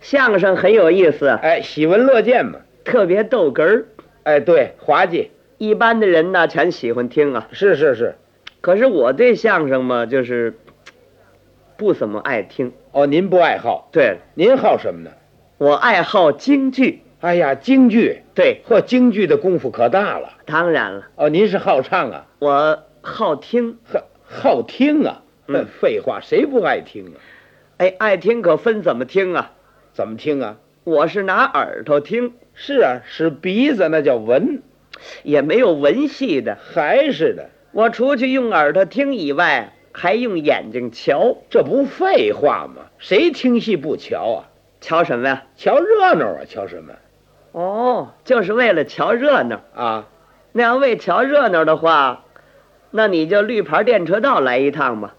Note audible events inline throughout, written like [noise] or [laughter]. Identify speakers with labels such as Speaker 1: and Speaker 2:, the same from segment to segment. Speaker 1: 相声很有意思，
Speaker 2: 哎，喜闻乐见嘛。
Speaker 1: 特别逗哏儿。
Speaker 2: 哎，对，滑稽，
Speaker 1: 一般的人呢，全喜欢听啊。
Speaker 2: 是是是。
Speaker 1: 可是我对相声嘛，就是不怎么爱听。
Speaker 2: 哦，您不爱好，
Speaker 1: 对，
Speaker 2: 您好什么呢？
Speaker 1: 我爱好京剧。
Speaker 2: 哎呀，京剧，
Speaker 1: 对，
Speaker 2: 呵，京剧的功夫可大了。
Speaker 1: 当然了，
Speaker 2: 哦，您是好唱啊，
Speaker 1: 我好听。
Speaker 2: 呵，好听啊。那
Speaker 1: 嗯
Speaker 2: 废话，谁不爱听啊？
Speaker 1: 哎，爱听可分怎么听啊？
Speaker 2: 怎么听啊？
Speaker 1: 我是拿耳朵听，
Speaker 2: 是啊，使鼻子那叫闻，
Speaker 1: 也没有文戏的。
Speaker 2: 还是的，
Speaker 1: 我除去用耳朵听以外，还用眼睛瞧，
Speaker 2: 这不废话吗？谁听戏不瞧啊？
Speaker 1: 瞧什么呀？
Speaker 2: 瞧热闹啊，瞧什么
Speaker 1: 哦，就是为了瞧热闹。
Speaker 2: 啊？
Speaker 1: 那要为瞧热闹的话，那你就绿牌电车道来一趟吧。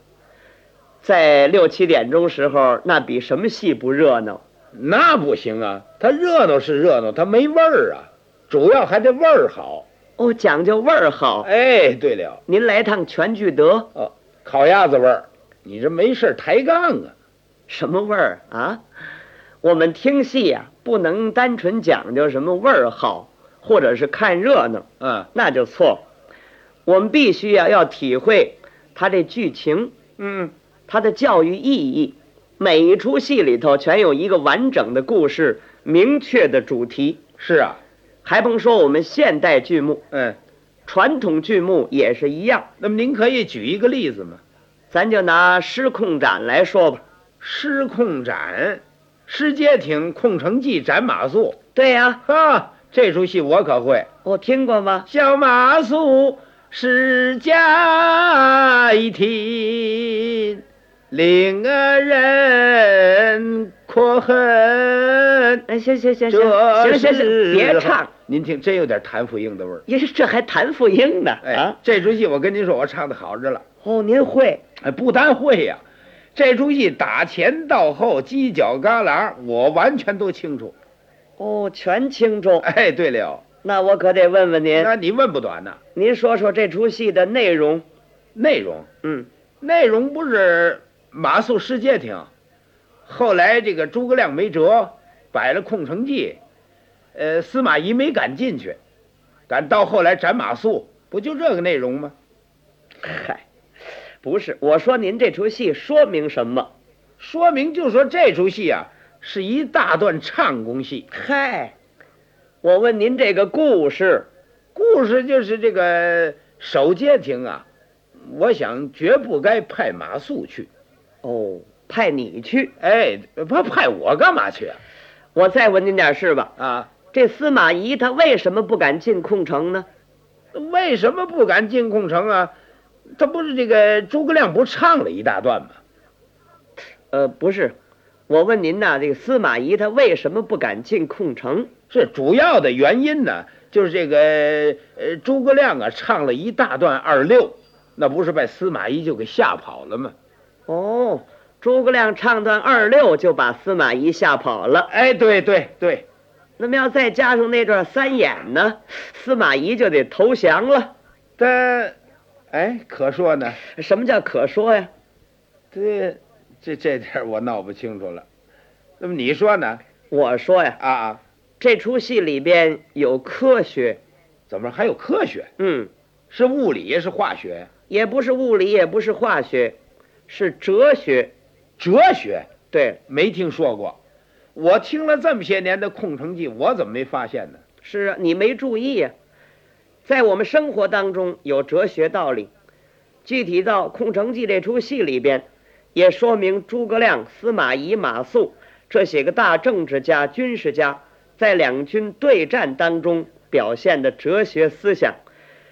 Speaker 1: 在六七点钟时候，那比什么戏不热闹？
Speaker 2: 那不行啊，它热闹是热闹，它没味儿啊，主要还得味儿好。
Speaker 1: 哦，讲究味儿好。
Speaker 2: 哎，对了，
Speaker 1: 您来趟全聚德，
Speaker 2: 烤鸭子味儿，你这没事儿抬杠啊？
Speaker 1: 什么味儿啊？我们听戏呀、不能单纯讲究什么味儿好，或者是看热闹，
Speaker 2: 嗯
Speaker 1: 那就错。我们必须呀、要体会它这剧情，
Speaker 2: 嗯，
Speaker 1: 它的教育意义。每一出戏里头全有一个完整的故事，明确的主题。
Speaker 2: 是啊，
Speaker 1: 还甭说我们现代剧目，
Speaker 2: 嗯，
Speaker 1: 传统剧目也是一样。
Speaker 2: 那么您可以举一个例子吗？
Speaker 1: 咱就拿失控斩来说吧。
Speaker 2: 狮控斩，狮街亭控城记斩马谡，
Speaker 1: 对呀、
Speaker 2: 哈，这出戏我可会。
Speaker 1: 我听过吗？
Speaker 2: 小马谡是家庭，领啊人可恨。
Speaker 1: 哎，行行行行，
Speaker 2: 这
Speaker 1: 行行行，
Speaker 2: 是
Speaker 1: 别唱，，
Speaker 2: 您听，真有点谭富英的味儿。
Speaker 1: 也这还谭富英呢
Speaker 2: 哎，
Speaker 1: 啊！
Speaker 2: 这出戏我跟您说，我唱的好着了。
Speaker 1: 哦，您会
Speaker 2: 哎，不单会呀、这出戏打前到后、犄角旮旯，我完全都清楚。
Speaker 1: 哦，全清楚。
Speaker 2: 哎，对了，
Speaker 1: 那我可得问问您，
Speaker 2: 那你问不短呐。
Speaker 1: 您说说这出戏的内容。
Speaker 2: 内容，
Speaker 1: 嗯，
Speaker 2: 内容不是马谡世界挺，后来这个诸葛亮没辙，摆了空城计，呃，司马懿没敢进去，敢到后来斩马谡，不就这个内容吗？
Speaker 1: 嗨，不是，我说您这出戏说明什么？
Speaker 2: 说明就说这出戏啊，是一大段唱功戏，
Speaker 1: 嗨，我问您这个故事，
Speaker 2: 故事就是这个守街亭啊，我想绝不该派马谡去，
Speaker 1: 哦，派你去。
Speaker 2: 哎，他派我干嘛去啊？
Speaker 1: 我再问您点事吧，
Speaker 2: 啊，
Speaker 1: 这司马懿他为什么不敢进空城呢？
Speaker 2: 为什么不敢进空城啊？他不是这个诸葛亮不唱了一大段吗？
Speaker 1: 呃，不是，我问您呐，这个司马懿他为什么不敢进空城？
Speaker 2: 是主要的原因呢，就是这个呃诸葛亮啊唱了一大段二六，那不是把司马懿就给吓跑了吗？
Speaker 1: 哦，诸葛亮唱段二六就把司马懿吓跑了。
Speaker 2: 哎，对对对，
Speaker 1: 那么要再加上那段三演呢，司马懿就得投降了。
Speaker 2: 但哎可说呢，
Speaker 1: 什么叫可说呀？
Speaker 2: 这这这点儿我闹不清楚了。那么你说呢？
Speaker 1: 我说呀，
Speaker 2: 啊啊，
Speaker 1: 这出戏里边有科学，
Speaker 2: 怎么还有科学？
Speaker 1: 嗯，
Speaker 2: 是物理是化学？
Speaker 1: 也不是物理，也不是化学，是哲学。
Speaker 2: 哲学？
Speaker 1: 对，
Speaker 2: 没听说过。我听了这么些年的《空城计》，我怎么没发现呢？
Speaker 1: 是啊，你没注意呀、在我们生活当中有哲学道理，具体到《空城计》这出戏里边，也说明诸葛亮、司马懿、马谡这些个大政治家、军事家在两军对战当中表现的哲学思想。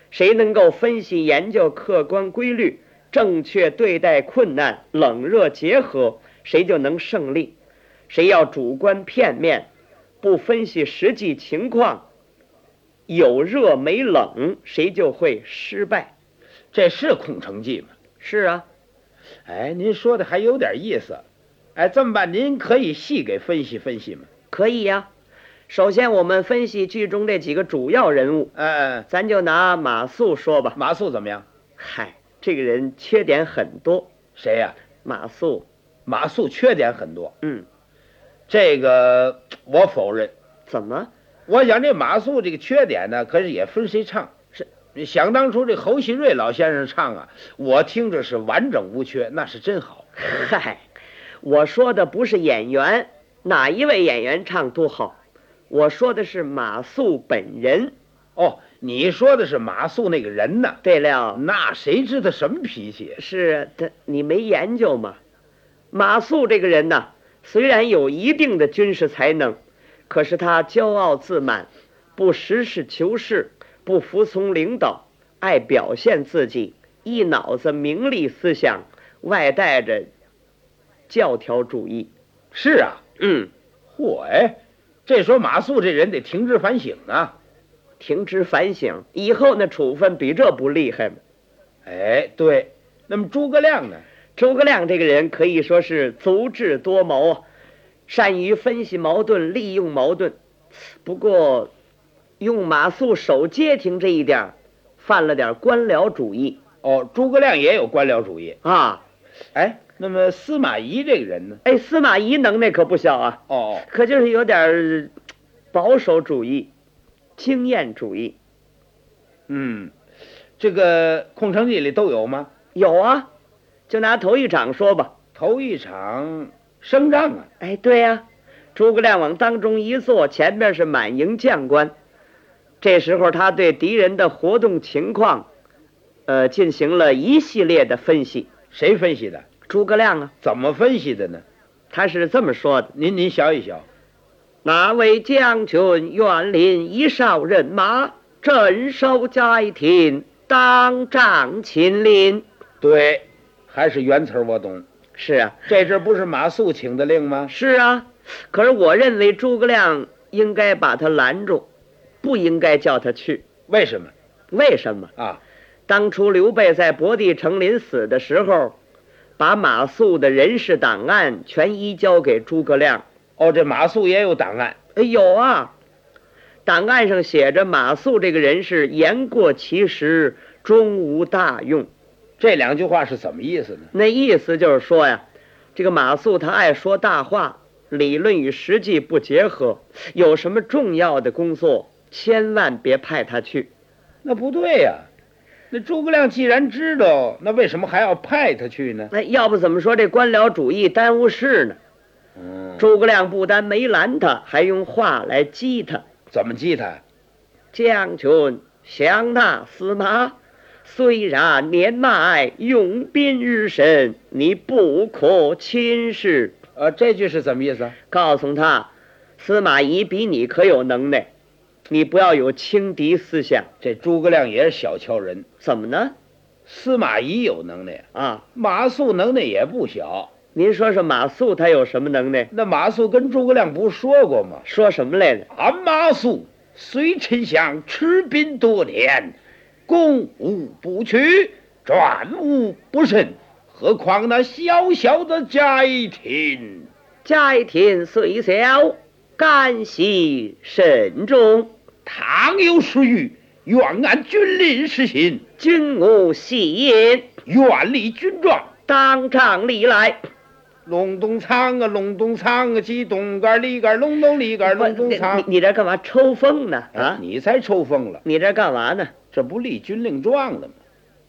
Speaker 1: 谁能够分析研究客观规律，正确对待困难，冷热结合，谁就能胜利。谁要主观片面，不分析实际情况，有热没冷，谁就会失败。
Speaker 2: 这是《空城计》吗？
Speaker 1: 是啊，
Speaker 2: 哎，您说的还有点意思。哎，这么办，您可以细给分析分析吗？
Speaker 1: 可以呀、首先，我们分析剧中这几个主要人物，
Speaker 2: 呃，
Speaker 1: 咱就拿马谡说吧。
Speaker 2: 马谡怎么样？
Speaker 1: 嗨，这个人缺点很多。
Speaker 2: 谁呀、
Speaker 1: 马谡，
Speaker 2: 马谡缺点很多，
Speaker 1: 嗯，
Speaker 2: 这个我否认。
Speaker 1: 怎么？
Speaker 2: 我想这马谡这个缺点呢，可是也分谁唱。
Speaker 1: 是，
Speaker 2: 想当初这侯锡瑞老先生唱啊，我听着是完整无缺，那是真好。
Speaker 1: 嗨，我说的不是演员，哪一位演员唱都好，我说的是马谡本人。
Speaker 2: 哦，你说的是马谡那个人呢？
Speaker 1: 对了，
Speaker 2: 那谁知道什么脾气？
Speaker 1: 是他，你没研究吗？马谡这个人呐，虽然有一定的军事才能，可是他骄傲自满，不实事求是，不服从领导，爱表现自己，一脑子名利思想，外带着教条主义。
Speaker 2: 是啊，
Speaker 1: 嗯，
Speaker 2: 嚯哎，这说马谡这人得停止反省啊！
Speaker 1: 停职反省，以后那处分比这不厉害吗？
Speaker 2: 哎，对，那么诸葛亮呢？
Speaker 1: 诸葛亮这个人可以说是足智多谋啊，善于分析矛盾，利用矛盾。不过，用马谡守街亭这一点儿，犯了点官僚主义
Speaker 2: 哦，诸葛亮也有官僚主义。
Speaker 1: 啊。
Speaker 2: 哎，那么司马懿这个人呢？
Speaker 1: 哎，司马懿能耐可不小啊，
Speaker 2: 哦，
Speaker 1: 可就是有点儿保守主义、经验主义。
Speaker 2: 嗯，这个《空城计》里都有吗？
Speaker 1: 有啊，就拿头一场说吧。
Speaker 2: 头一场升帐啊，
Speaker 1: 哎，对呀、诸葛亮往当中一坐，前面是满营将官。这时候，他对敌人的活动情况，呃，进行了一系列的分析。
Speaker 2: 谁分析的？
Speaker 1: 诸葛亮啊，
Speaker 2: 怎么分析的呢？
Speaker 1: 他是这么说的：
Speaker 2: 您您想一想，
Speaker 1: 哪位将军园林一哨人马，镇守街亭，当仗秦岭。
Speaker 2: 对，还是原词儿我懂。
Speaker 1: 是啊，
Speaker 2: 这阵不是马谡请的令吗？
Speaker 1: 是啊。可是我认为诸葛亮应该把他拦住，不应该叫他去。
Speaker 2: 为什么
Speaker 1: 为什么？
Speaker 2: 啊？
Speaker 1: 当初刘备在博地成林死的时候，把马谡的人事档案全移交给诸葛亮。
Speaker 2: 哦，这马谡也有档案。
Speaker 1: 哎，有啊，档案上写着马谡这个人是言过其实，终无大用。
Speaker 2: 这两句话是怎么意思呢？
Speaker 1: 那意思就是说呀，这个马谡他爱说大话，理论与实际不结合。有什么重要的工作，千万别派他去。
Speaker 2: 那不对呀、那诸葛亮既然知道，那为什么还要派他去呢？
Speaker 1: 那哎要不怎么说这官僚主义耽误事呢？
Speaker 2: 嗯，
Speaker 1: 诸葛亮不单没拦他，还用话来激他。
Speaker 2: 怎么记他？
Speaker 1: 将军想那司马，虽然年迈，用兵日深，你不可轻视。
Speaker 2: 呃，这句是怎么意思啊？
Speaker 1: 告诉他，司马懿比你可有能耐，你不要有轻敌思想。
Speaker 2: 这诸葛亮也是小瞧人，
Speaker 1: 怎么呢？
Speaker 2: 司马懿有能耐，
Speaker 1: 啊，
Speaker 2: 马谡能耐也不小。
Speaker 1: 您说说马谡他有什么能耐？
Speaker 2: 那马谡跟诸葛亮不是说过吗？
Speaker 1: 说什么来着？
Speaker 2: 俺马谡随丞相吃兵多年，攻无不取，转无不胜，何况那小小的家庭？
Speaker 1: 街亭虽小，干系慎重。
Speaker 2: 倘有失语，愿按军令施行，
Speaker 1: 君无戏言，
Speaker 2: 愿立军状。
Speaker 1: 当场立来。
Speaker 2: 隆咚锵啊，隆咚锵啊，鸡咚杆儿里杆儿，隆咚里杆儿，隆咚
Speaker 1: 你
Speaker 2: 锵。
Speaker 1: 你这干嘛抽风呢？
Speaker 2: 啊，
Speaker 1: 啊，
Speaker 2: 你才抽风了，
Speaker 1: 你这干嘛呢？
Speaker 2: 这不立军令状了吗？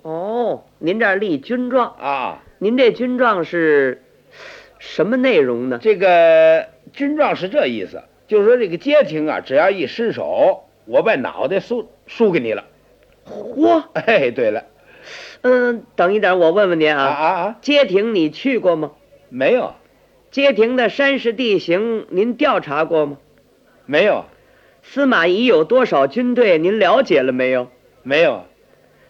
Speaker 1: 哦，您这儿立军状，
Speaker 2: 啊，
Speaker 1: 您这军状是什么内容呢？
Speaker 2: 这个军状是这意思，就是说这个街亭啊，只要一失手，我把脑袋输输给你了。
Speaker 1: 嚯，
Speaker 2: 哎，对了，
Speaker 1: 嗯，等一等，我问问您
Speaker 2: 啊
Speaker 1: 啊，
Speaker 2: 啊啊，
Speaker 1: 街亭你去过吗？
Speaker 2: 没有
Speaker 1: 街亭的山势地形您调查过吗？
Speaker 2: 没有
Speaker 1: 司马懿有多少军队您了解了没有？
Speaker 2: 没有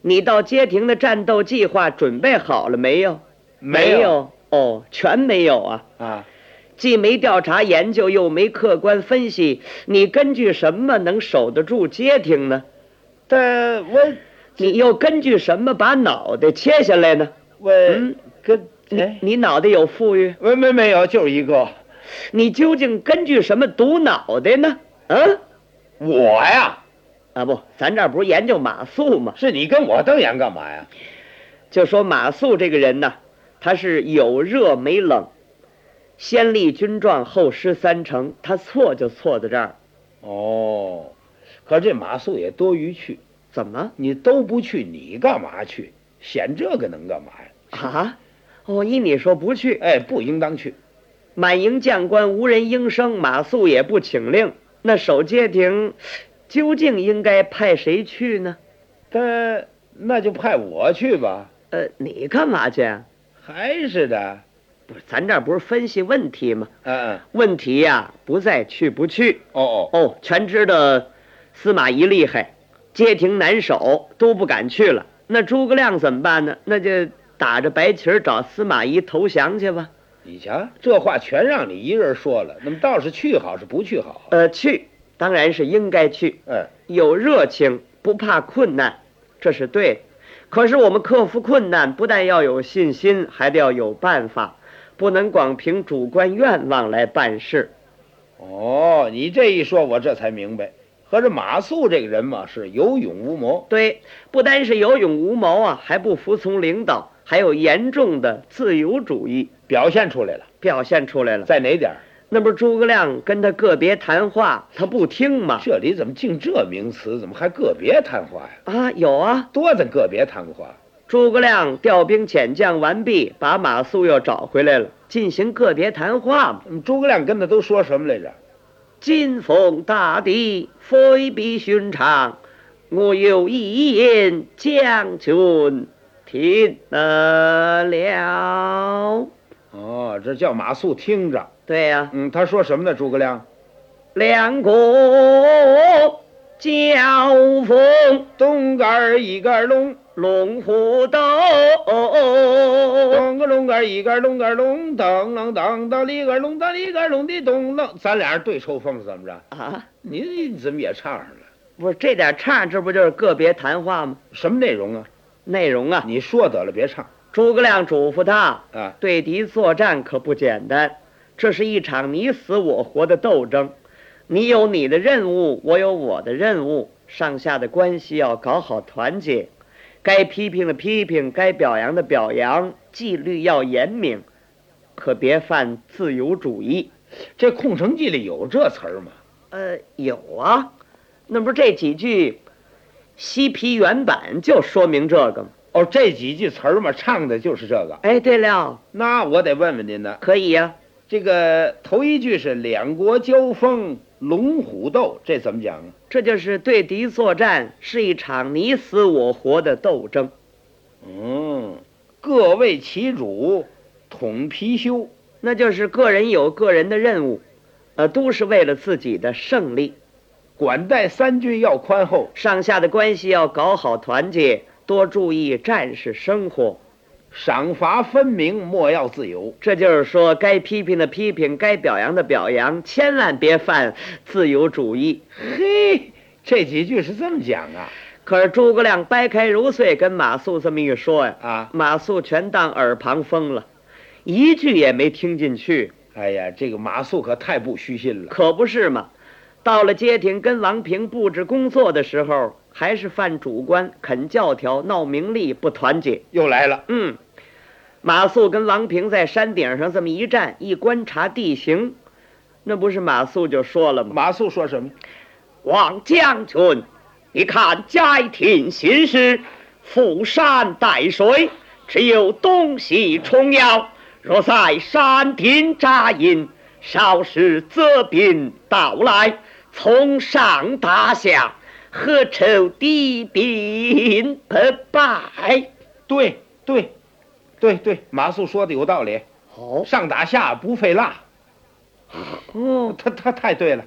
Speaker 1: 你到街亭的战斗计划准备好了没有？
Speaker 2: 没
Speaker 1: 有哦，全没有啊。
Speaker 2: 啊，
Speaker 1: 既没调查研究，又没客观分析，你根据什么能守得住街亭呢？
Speaker 2: 但我
Speaker 1: 你又根据什么把脑袋切下来呢？
Speaker 2: 我
Speaker 1: 嗯
Speaker 2: 跟
Speaker 1: 你
Speaker 2: 呃哎，
Speaker 1: 你脑袋有富裕，
Speaker 2: 没没没有，就是一个
Speaker 1: 你究竟根据什么堵脑袋呢？嗯，
Speaker 2: 我呀，
Speaker 1: 啊不，咱这儿不是研究马谡吗？
Speaker 2: 是你跟我瞪眼干嘛呀？
Speaker 1: 就说马谡这个人呢，他是有热没冷，先立军状，后失三城，他错就错在这儿。
Speaker 2: 哦，可这马谡也多余去，
Speaker 1: 怎么
Speaker 2: 你都不去，你干嘛去？选这个能干嘛呀？
Speaker 1: 啊？哦，依你说不去，
Speaker 2: 哎，不应当去。
Speaker 1: 满营将官无人应声，马谡也不请令。那守街亭究竟应该派谁去呢？
Speaker 2: 但那就派我去吧，
Speaker 1: 呃，你干嘛去啊？
Speaker 2: 还是的，
Speaker 1: 不是，咱这儿不是分析问题吗？
Speaker 2: 嗯嗯，
Speaker 1: 问题呀、不在去不去
Speaker 2: 哦哦，
Speaker 1: 哦，全知道司马懿厉害，街亭难守，都不敢去了。那诸葛亮怎么办呢？那就打着白旗儿找司马懿投降去吧。
Speaker 2: 你瞧，这话全让你一人说了，那么倒是去好是不去好？啊
Speaker 1: 呃，去当然是应该去，
Speaker 2: 嗯，
Speaker 1: 有热情，不怕困难，这是对的。可是我们克服困难，不但要有信心，还得要有办法，不能光凭主观愿望来办事。
Speaker 2: 哦，你这一说，我这才明白，合着马谡这个人嘛是有勇无谋。
Speaker 1: 对，不单是有勇无谋啊，还不服从领导，还有严重的自由主义
Speaker 2: 表现出来了，
Speaker 1: 表现出来了。
Speaker 2: 在哪点儿？
Speaker 1: 那不是诸葛亮跟他个别谈话，他不听吗？
Speaker 2: 这里怎么净这名词？怎么还个别谈话呀？
Speaker 1: 啊，有啊，
Speaker 2: 多咱个别谈话。
Speaker 1: 诸葛亮调兵遣将完毕，把马谡又找回来了，进行个别谈话嘛。
Speaker 2: 那嗯么诸葛亮跟他都说什么来着？
Speaker 1: 今逢大敌，非比寻常。我有一言，将军听得了。
Speaker 2: 哦，这叫马谡听着。
Speaker 1: 对呀、
Speaker 2: 嗯，他说什么呢？诸葛亮
Speaker 1: 两国交锋，
Speaker 2: 东杆儿一杆儿龙，
Speaker 1: 龙虎斗。
Speaker 2: 东个龙杆儿一杆儿龙杆儿龙，噔楞噔噔里杆儿龙噔里杆儿龙的咚楞。咱俩人对抽风是怎么着？
Speaker 1: 啊，
Speaker 2: 你你怎么也唱上了？
Speaker 1: 不是这点唱，这不就是个别谈话吗？
Speaker 2: 什么内容啊？
Speaker 1: 内容啊，
Speaker 2: 你说得了，别唱
Speaker 1: 诸葛亮嘱咐他，
Speaker 2: 啊！
Speaker 1: 对敌作战可不简单，这是一场你死我活的斗争，你有你的任务，我有我的任务，上下的关系要搞好团结，该批评的批评，该表扬的表扬，纪律要严明，可别犯自由主义。
Speaker 2: 这《空城计》里有这词儿吗？
Speaker 1: 呃，有啊，那不是这几句西皮原版就说明这个吗？
Speaker 2: 哦，这几句词儿嘛，唱的就是这个。
Speaker 1: 哎，对了，
Speaker 2: 那我得问问您呢，
Speaker 1: 可以呀、
Speaker 2: 这个头一句是两国交锋，龙虎斗，这怎么讲啊？
Speaker 1: 这就是对敌作战是一场你死我活的斗争。
Speaker 2: 嗯，各为其主，统貔貅。
Speaker 1: 那就是个人有个人的任务，呃，都是为了自己的胜利。
Speaker 2: 管待三军要宽厚。
Speaker 1: 上下的关系要搞好团结，多注意战士生活。
Speaker 2: 赏罚分明，莫要自由。
Speaker 1: 这就是说，该批评的批评，该表扬的表扬，千万别犯自由主义。
Speaker 2: 嘿，这几句是这么讲啊
Speaker 1: 可是诸葛亮掰开揉碎跟马谡这么一说呀，
Speaker 2: 啊！
Speaker 1: 马谡全当耳旁风了，一句也没听进去。
Speaker 2: 哎呀，这个马谡可太不虚心了。
Speaker 1: 可不是嘛。到了街亭跟王平布置工作的时候，还是犯主观，肯教条，闹名利，不团结。
Speaker 2: 又来了，
Speaker 1: 嗯，马谡跟王平在山顶上这么一站，一观察地形，那不是马谡就说了吗？
Speaker 2: 马谡说什么？
Speaker 1: 王将军，你看街亭行事，覆山带水，只有东西冲要。若在山顶扎营，少时责兵到来，从上打下，何愁敌兵不败？
Speaker 2: 对对，对对，马谡说的有道理，
Speaker 1: 哦
Speaker 2: 上打下不费蜡，
Speaker 1: 哦，
Speaker 2: 他他太对了，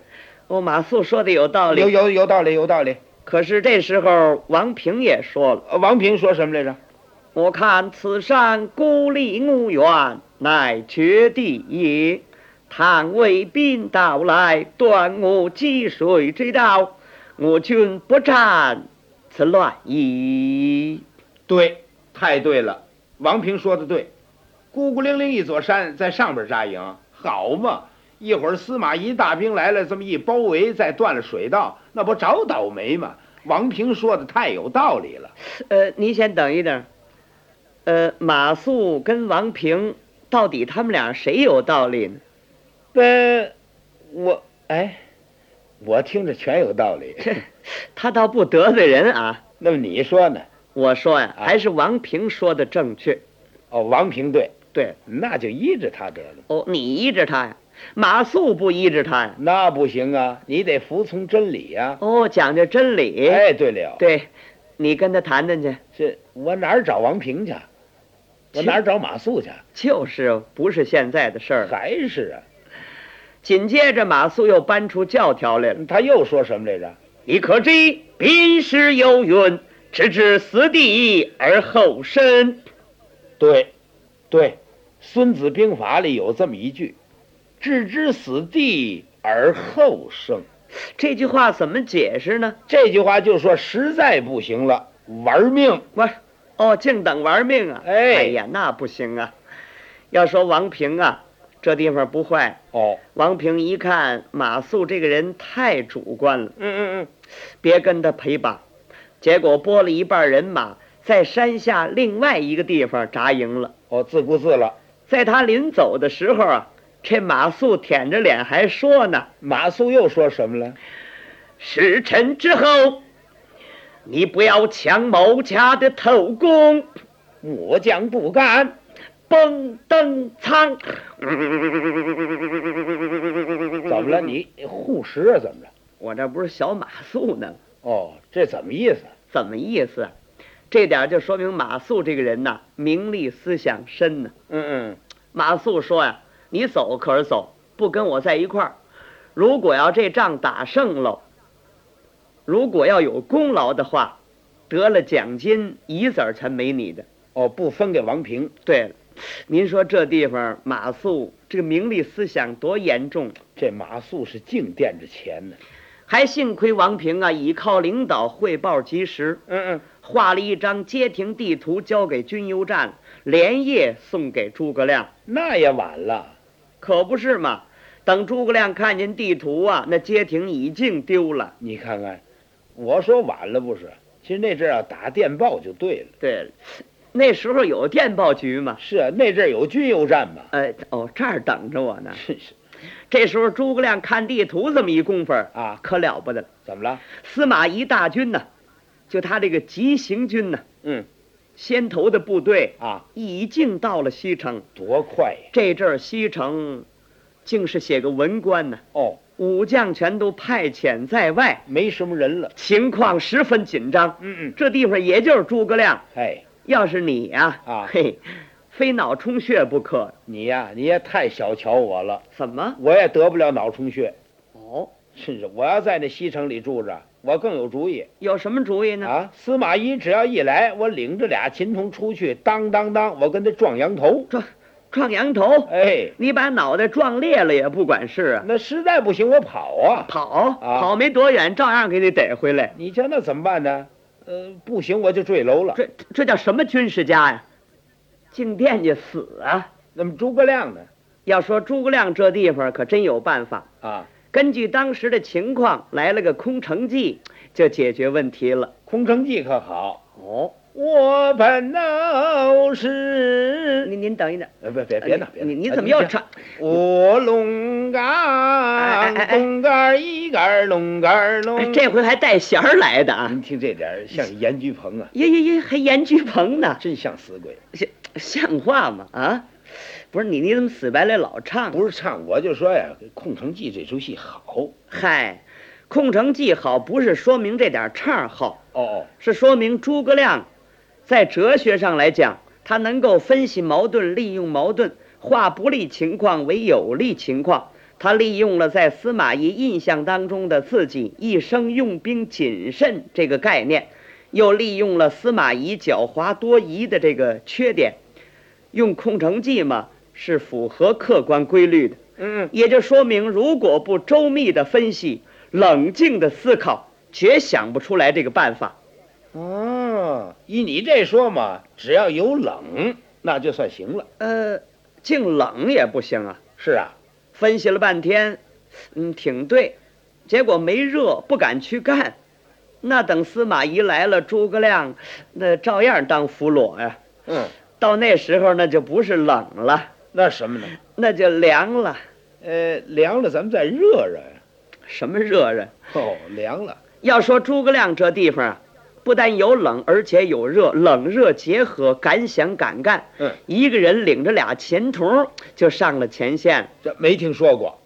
Speaker 1: 哦，马谡说的有道
Speaker 2: 有
Speaker 1: 理。
Speaker 2: 有有道理，有道理。
Speaker 1: 可是这时候，王平也说了。
Speaker 2: 呃王平说什么来着？
Speaker 1: 我看此山孤立无援，乃绝地也。倘为兵到来，断我济水之道，我军不战，此乱矣。
Speaker 2: 对，太对了，王平说的对，孤孤零零一座山，在上边扎营，好嘛！一会儿司马懿大兵来了，这么一包围，再断了水道，那不找倒霉吗？王平说的太有道理了。
Speaker 1: 呃，您先等一等。呃，马谡跟王平到底他们俩谁有道理呢？
Speaker 2: 呃，我哎，我听着全有道理。
Speaker 1: 他倒不得罪人啊。
Speaker 2: 那么你说呢？
Speaker 1: 我说呀，
Speaker 2: 啊
Speaker 1: 还是王平说的正确。
Speaker 2: 哦，王平对，
Speaker 1: 对，
Speaker 2: 那就依着他得了。
Speaker 1: 哦，你依着他呀，马谡不依着他呀。
Speaker 2: 那不行啊，你得服从真理呀、
Speaker 1: 哦，讲究真理。
Speaker 2: 哎，对了，
Speaker 1: 对，你跟他谈谈去。
Speaker 2: 是我哪儿找王平去？啊我哪儿找马谡去？啊
Speaker 1: 就是不是现在的事儿了。
Speaker 2: 还是啊？
Speaker 1: 紧接着，马谡又搬出教条来了。
Speaker 2: 他又说什么来着？
Speaker 1: 你可知兵师有云：“直至死地而后生。
Speaker 2: 对，对，《孙子兵法》里有这么一句：“置之死地而后生。””
Speaker 1: 这句话怎么解释呢？
Speaker 2: 这句话就说实在不行了，玩命。
Speaker 1: 我哦，净等玩命啊！
Speaker 2: 哎
Speaker 1: 呀，那不行啊！要说王平啊，这地方不坏。
Speaker 2: 哦，
Speaker 1: 王平一看马谡这个人太主观了，
Speaker 2: 嗯嗯
Speaker 1: 别跟他陪把。结果拨了一半人马，在山下另外一个地方扎营了
Speaker 2: 嗯。，哦，自顾自了。
Speaker 1: 在他临走的时候啊，这马谡舔着脸还说呢。
Speaker 2: 马谡又说什么了？
Speaker 1: 时辰之后，你不要抢某家的头功，
Speaker 2: 我将不干。
Speaker 1: 蹦蹬仓。
Speaker 2: 怎么了？你护食啊？怎么着？
Speaker 1: 我这不是小马谡呢吗？
Speaker 2: 哦，这怎么意思？
Speaker 1: 怎么意思啊？这点就说明马谡这个人呐、名利思想深呢、
Speaker 2: 嗯
Speaker 1: 马谡说呀、你走可是走，不跟我在一块儿。如果要这仗打胜了，如果要有功劳的话，得了奖金一子儿才没你的。
Speaker 2: 嗯，哦，不分给王平。
Speaker 1: 对了，您说这地方马谡这个名利思想多严重，
Speaker 2: 这马谡是净惦着钱呢。
Speaker 1: 还幸亏王平啊倚靠领导汇报及时，
Speaker 2: 嗯嗯，
Speaker 1: 画了一张街亭地图交给军邮站，连夜送给诸葛亮，
Speaker 2: 那也晚了。
Speaker 1: 可不是嘛？等诸葛亮看见地图啊，那街亭已经丢了。
Speaker 2: 你看看，我说晚了不是？其实那阵儿啊，打电报就对了。
Speaker 1: 对了，那时候有电报局嘛？
Speaker 2: 是啊，那阵儿有军邮站嘛。
Speaker 1: 呃，哦，这儿等着我呢。
Speaker 2: 是是
Speaker 1: 这时候诸葛亮看地图这么一功夫儿
Speaker 2: 啊，
Speaker 1: 可了不得了。
Speaker 2: 怎么了？
Speaker 1: 司马懿大军呢、就他这个急行军呢、
Speaker 2: 嗯
Speaker 1: 先头的部队
Speaker 2: 啊，
Speaker 1: 已经到了西城。
Speaker 2: 多快呀！
Speaker 1: 这阵儿西城，竟是写个文官呢、
Speaker 2: 哦，
Speaker 1: 武将全都派遣在外，
Speaker 2: 没什么人了。
Speaker 1: 情况十分紧张。
Speaker 2: 嗯嗯，
Speaker 1: 这地方也就是诸葛亮，
Speaker 2: 哎，
Speaker 1: 要是你呀、
Speaker 2: 啊
Speaker 1: 嘿，非脑充血不可。
Speaker 2: 你呀、你也太小瞧我了，
Speaker 1: 怎么？
Speaker 2: 我也得不了脑充血。
Speaker 1: 哦，
Speaker 2: 真是，我要在那西城里住着，我更有主意
Speaker 1: 有什么主意呢？
Speaker 2: 啊！司马懿只要一来，我领着俩琴童出去，当当当，我跟他撞羊头。
Speaker 1: 撞撞羊头，
Speaker 2: 哎，
Speaker 1: 你把脑袋撞裂了也不管事啊！
Speaker 2: 那实在不行，我跑啊！
Speaker 1: 跑、
Speaker 2: 啊
Speaker 1: 跑没多远，照样给你逮回来。
Speaker 2: 你瞧那怎么办呢？呃，不行我就坠楼了。
Speaker 1: 这这叫什么军事家呀？进店去死啊！
Speaker 2: 那么诸葛亮呢？
Speaker 1: 要说诸葛亮这地方可真有办法，
Speaker 2: 啊，
Speaker 1: 根据当时的情况来了个空城计，就解决问题了。
Speaker 2: 空城计可好？
Speaker 1: 哦，
Speaker 2: 我本闹市
Speaker 1: 您您等一等，
Speaker 2: 呃，别别别闹，别闹！啊哎
Speaker 1: 你你怎么又唱？
Speaker 2: 我龙岗，龙杆一杆，龙杆
Speaker 1: 哎
Speaker 2: 龙。
Speaker 1: 这回还带弦儿来的啊？
Speaker 2: 您听这点儿像严居鹏啊，
Speaker 1: 耶耶耶，还严居鹏呢，
Speaker 2: 真像死鬼。
Speaker 1: 像像话吗？啊，不是你你怎么死白赖老唱？
Speaker 2: 不是唱，我就说呀，《空城计》这出戏好。哦
Speaker 1: 嗨，空城计好不是说明这点唱好，
Speaker 2: 哦，
Speaker 1: 是说明诸葛亮在哲学上来讲，他能够分析矛盾，利用矛盾，化不利情况为有利情况。他利用了在司马懿印象当中的自己一生用兵谨慎这个概念，又利用了司马懿狡猾多疑的这个缺点，用空城计嘛是符合客观规律的。
Speaker 2: 嗯，
Speaker 1: 也就说明，如果不周密的分析、冷静的思考，绝想不出来这个办法。
Speaker 2: 哦，依你这说嘛，只要有冷，那就算行了。
Speaker 1: 呃，净冷也不行啊。
Speaker 2: 是啊，
Speaker 1: 分析了半天，嗯，挺对，结果没热，不敢去干。那等司马懿来了，诸葛亮那照样当俘虏呀、
Speaker 2: 嗯，
Speaker 1: 到那时候那就不是冷了，
Speaker 2: 那什么呢？
Speaker 1: 那就凉了。
Speaker 2: 呃，凉了咱们再热热呀。
Speaker 1: 什么热热？
Speaker 2: 哦，凉了。
Speaker 1: 要说诸葛亮这地方啊，不但有冷，而且有热，冷热结合，敢想敢干。
Speaker 2: 嗯，
Speaker 1: 一个人领着俩前童就上了前线。
Speaker 2: 这没听说过，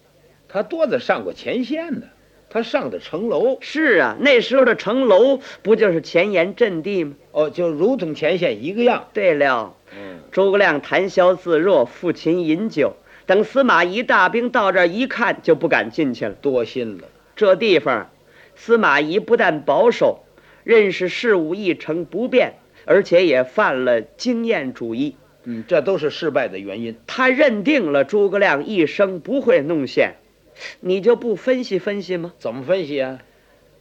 Speaker 2: 他多子上过前线呢，他上的城楼
Speaker 1: 是啊，那时候的城楼不就是前沿阵地吗？
Speaker 2: 哦，就如同前线一个样。
Speaker 1: 对了，
Speaker 2: 嗯，
Speaker 1: 诸葛亮谈笑自若，抚琴饮酒。等司马懿大兵到这儿一看，就不敢进去了。
Speaker 2: 多心了。
Speaker 1: 这地方，司马懿不但保守，认识事物一成不变，而且也犯了经验主义。
Speaker 2: 嗯，这都是失败的原因。
Speaker 1: 他认定了诸葛亮一生不会弄线，你就不分析分析吗？
Speaker 2: 怎么分析啊？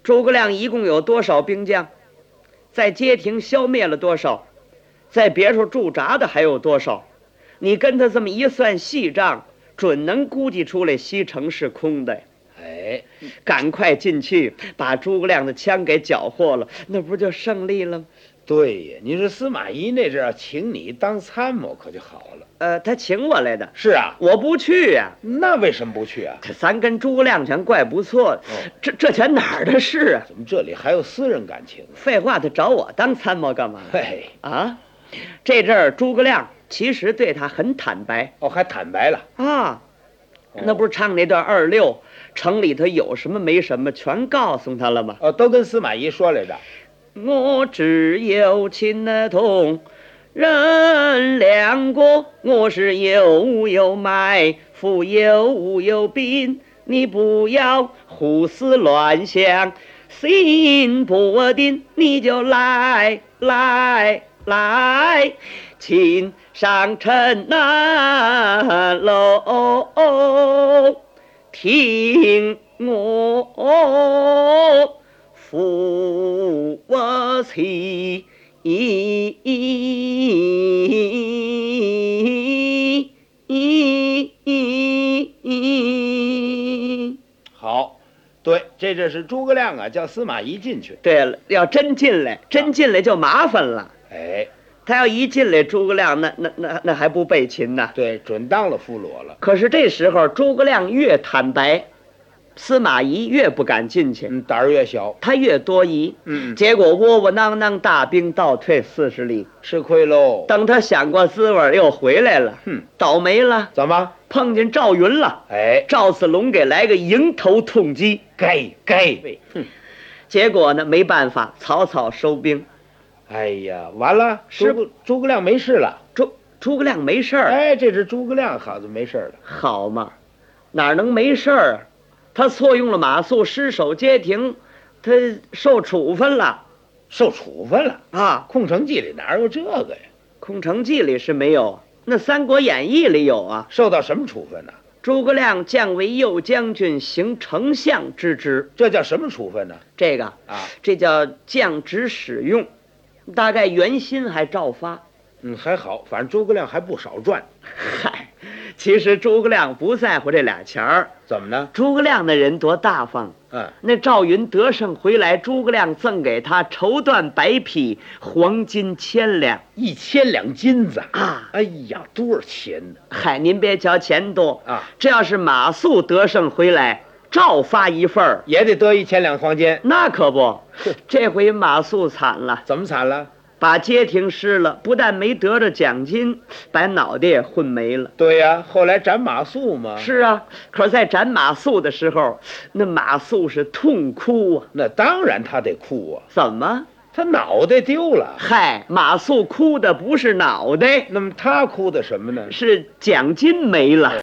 Speaker 1: 诸葛亮一共有多少兵将，在街亭消灭了多少，在别处驻扎的还有多少？你跟他这么一算细账，准能估计出来西城是空的呀。
Speaker 2: 哎，
Speaker 1: 赶快进去，把诸葛亮的枪给缴获了，那不就胜利了吗？
Speaker 2: 对呀，你说司马懿那阵儿请你当参谋可就好了。
Speaker 1: 呃，他请我来的，
Speaker 2: 是啊，
Speaker 1: 我不去呀、
Speaker 2: 那为什么不去啊？
Speaker 1: 这咱跟诸葛亮全怪不错的，
Speaker 2: 哦
Speaker 1: 这这全哪儿的事啊？
Speaker 2: 怎么这里还有私人感情啊？
Speaker 1: 废话，他找我当参谋干嘛
Speaker 2: [laughs] 嘿，
Speaker 1: 啊？这阵儿诸葛亮其实对他很坦白
Speaker 2: 哦，还坦白了。
Speaker 1: 啊，
Speaker 2: 哦
Speaker 1: 那不是唱那段二六，城里头有什么没什么，全告诉他了吗？
Speaker 2: 哦，都跟司马懿说来着。
Speaker 1: 我只有亲的同人两个，我是有物有买，富有无有兵。你不要胡思乱想，心不定，你就来来来，请上城南楼，听我。扶我起。
Speaker 2: 好，对，这阵是诸葛亮啊，叫司马懿进去。
Speaker 1: 对了，要真进来，真进来就麻烦了。
Speaker 2: 哎，
Speaker 1: 他要一进来，诸葛亮那那那那还不被擒呢？
Speaker 2: 对，准当了俘虏了。
Speaker 1: 可是这时候，诸葛亮越坦白，司马懿越不敢进去，
Speaker 2: 嗯，胆儿越小，
Speaker 1: 他越多疑。
Speaker 2: 嗯，
Speaker 1: 结果窝窝囊囊，大兵倒退四十里。
Speaker 2: 吃亏喽。
Speaker 1: 等他想过滋味儿又回来了，
Speaker 2: 哼，
Speaker 1: 倒霉了，
Speaker 2: 怎么？
Speaker 1: 碰见赵云了。
Speaker 2: 哎，
Speaker 1: 赵子龙给来个迎头痛击，
Speaker 2: 该该呗。哼，
Speaker 1: 结果呢，没办法，草草收兵。
Speaker 2: 哎呀，完了，
Speaker 1: 是
Speaker 2: 诸葛诸葛亮没事了。
Speaker 1: 诸诸葛亮没事儿，
Speaker 2: 哎，这是诸葛亮好像没事了。
Speaker 1: 好嘛，哪能没事儿啊？他错用了马谡，失守街亭，他受处分了
Speaker 2: 受处分了，《
Speaker 1: 啊。
Speaker 2: 空城计》里哪有这个呀？
Speaker 1: 《空城计》里是没有，那《三国演义》里有啊。
Speaker 2: 受到什么处分呢、
Speaker 1: 诸葛亮降为右将军，行丞相之职，
Speaker 2: 这叫什么处分呢、
Speaker 1: 这个
Speaker 2: 啊？
Speaker 1: 这叫降职使用，大概原薪还照发。
Speaker 2: 嗯，还好，反正诸葛亮还不少赚。
Speaker 1: 嗨，其实诸葛亮不在乎这俩钱儿。
Speaker 2: 怎么呢？
Speaker 1: 诸葛亮那人多大方，
Speaker 2: 嗯，
Speaker 1: 那赵云得胜回来，诸葛亮赠给他绸缎百匹，黄金千两
Speaker 2: 一千两金子。
Speaker 1: 啊！
Speaker 2: 哎呀，多少钱呢？
Speaker 1: 嗨，您别瞧钱多，
Speaker 2: 啊，
Speaker 1: 这要是马谡得胜回来，照发一份儿，
Speaker 2: 也得得一千两黄金。
Speaker 1: 那可不。这回马谡惨了，
Speaker 2: 怎么惨了？
Speaker 1: 把街亭失了，不但没得着奖金，把脑袋也混没了。
Speaker 2: 对呀、后来斩马谡嘛。，
Speaker 1: 是啊，可是在斩马谡的时候，那马谡是痛哭啊！
Speaker 2: 那当然他得哭啊，
Speaker 1: 怎么？
Speaker 2: 他脑袋丢了。
Speaker 1: 嗨，马谡哭的不是脑袋，
Speaker 2: 那么他哭的什么呢？
Speaker 1: 是奖金没了。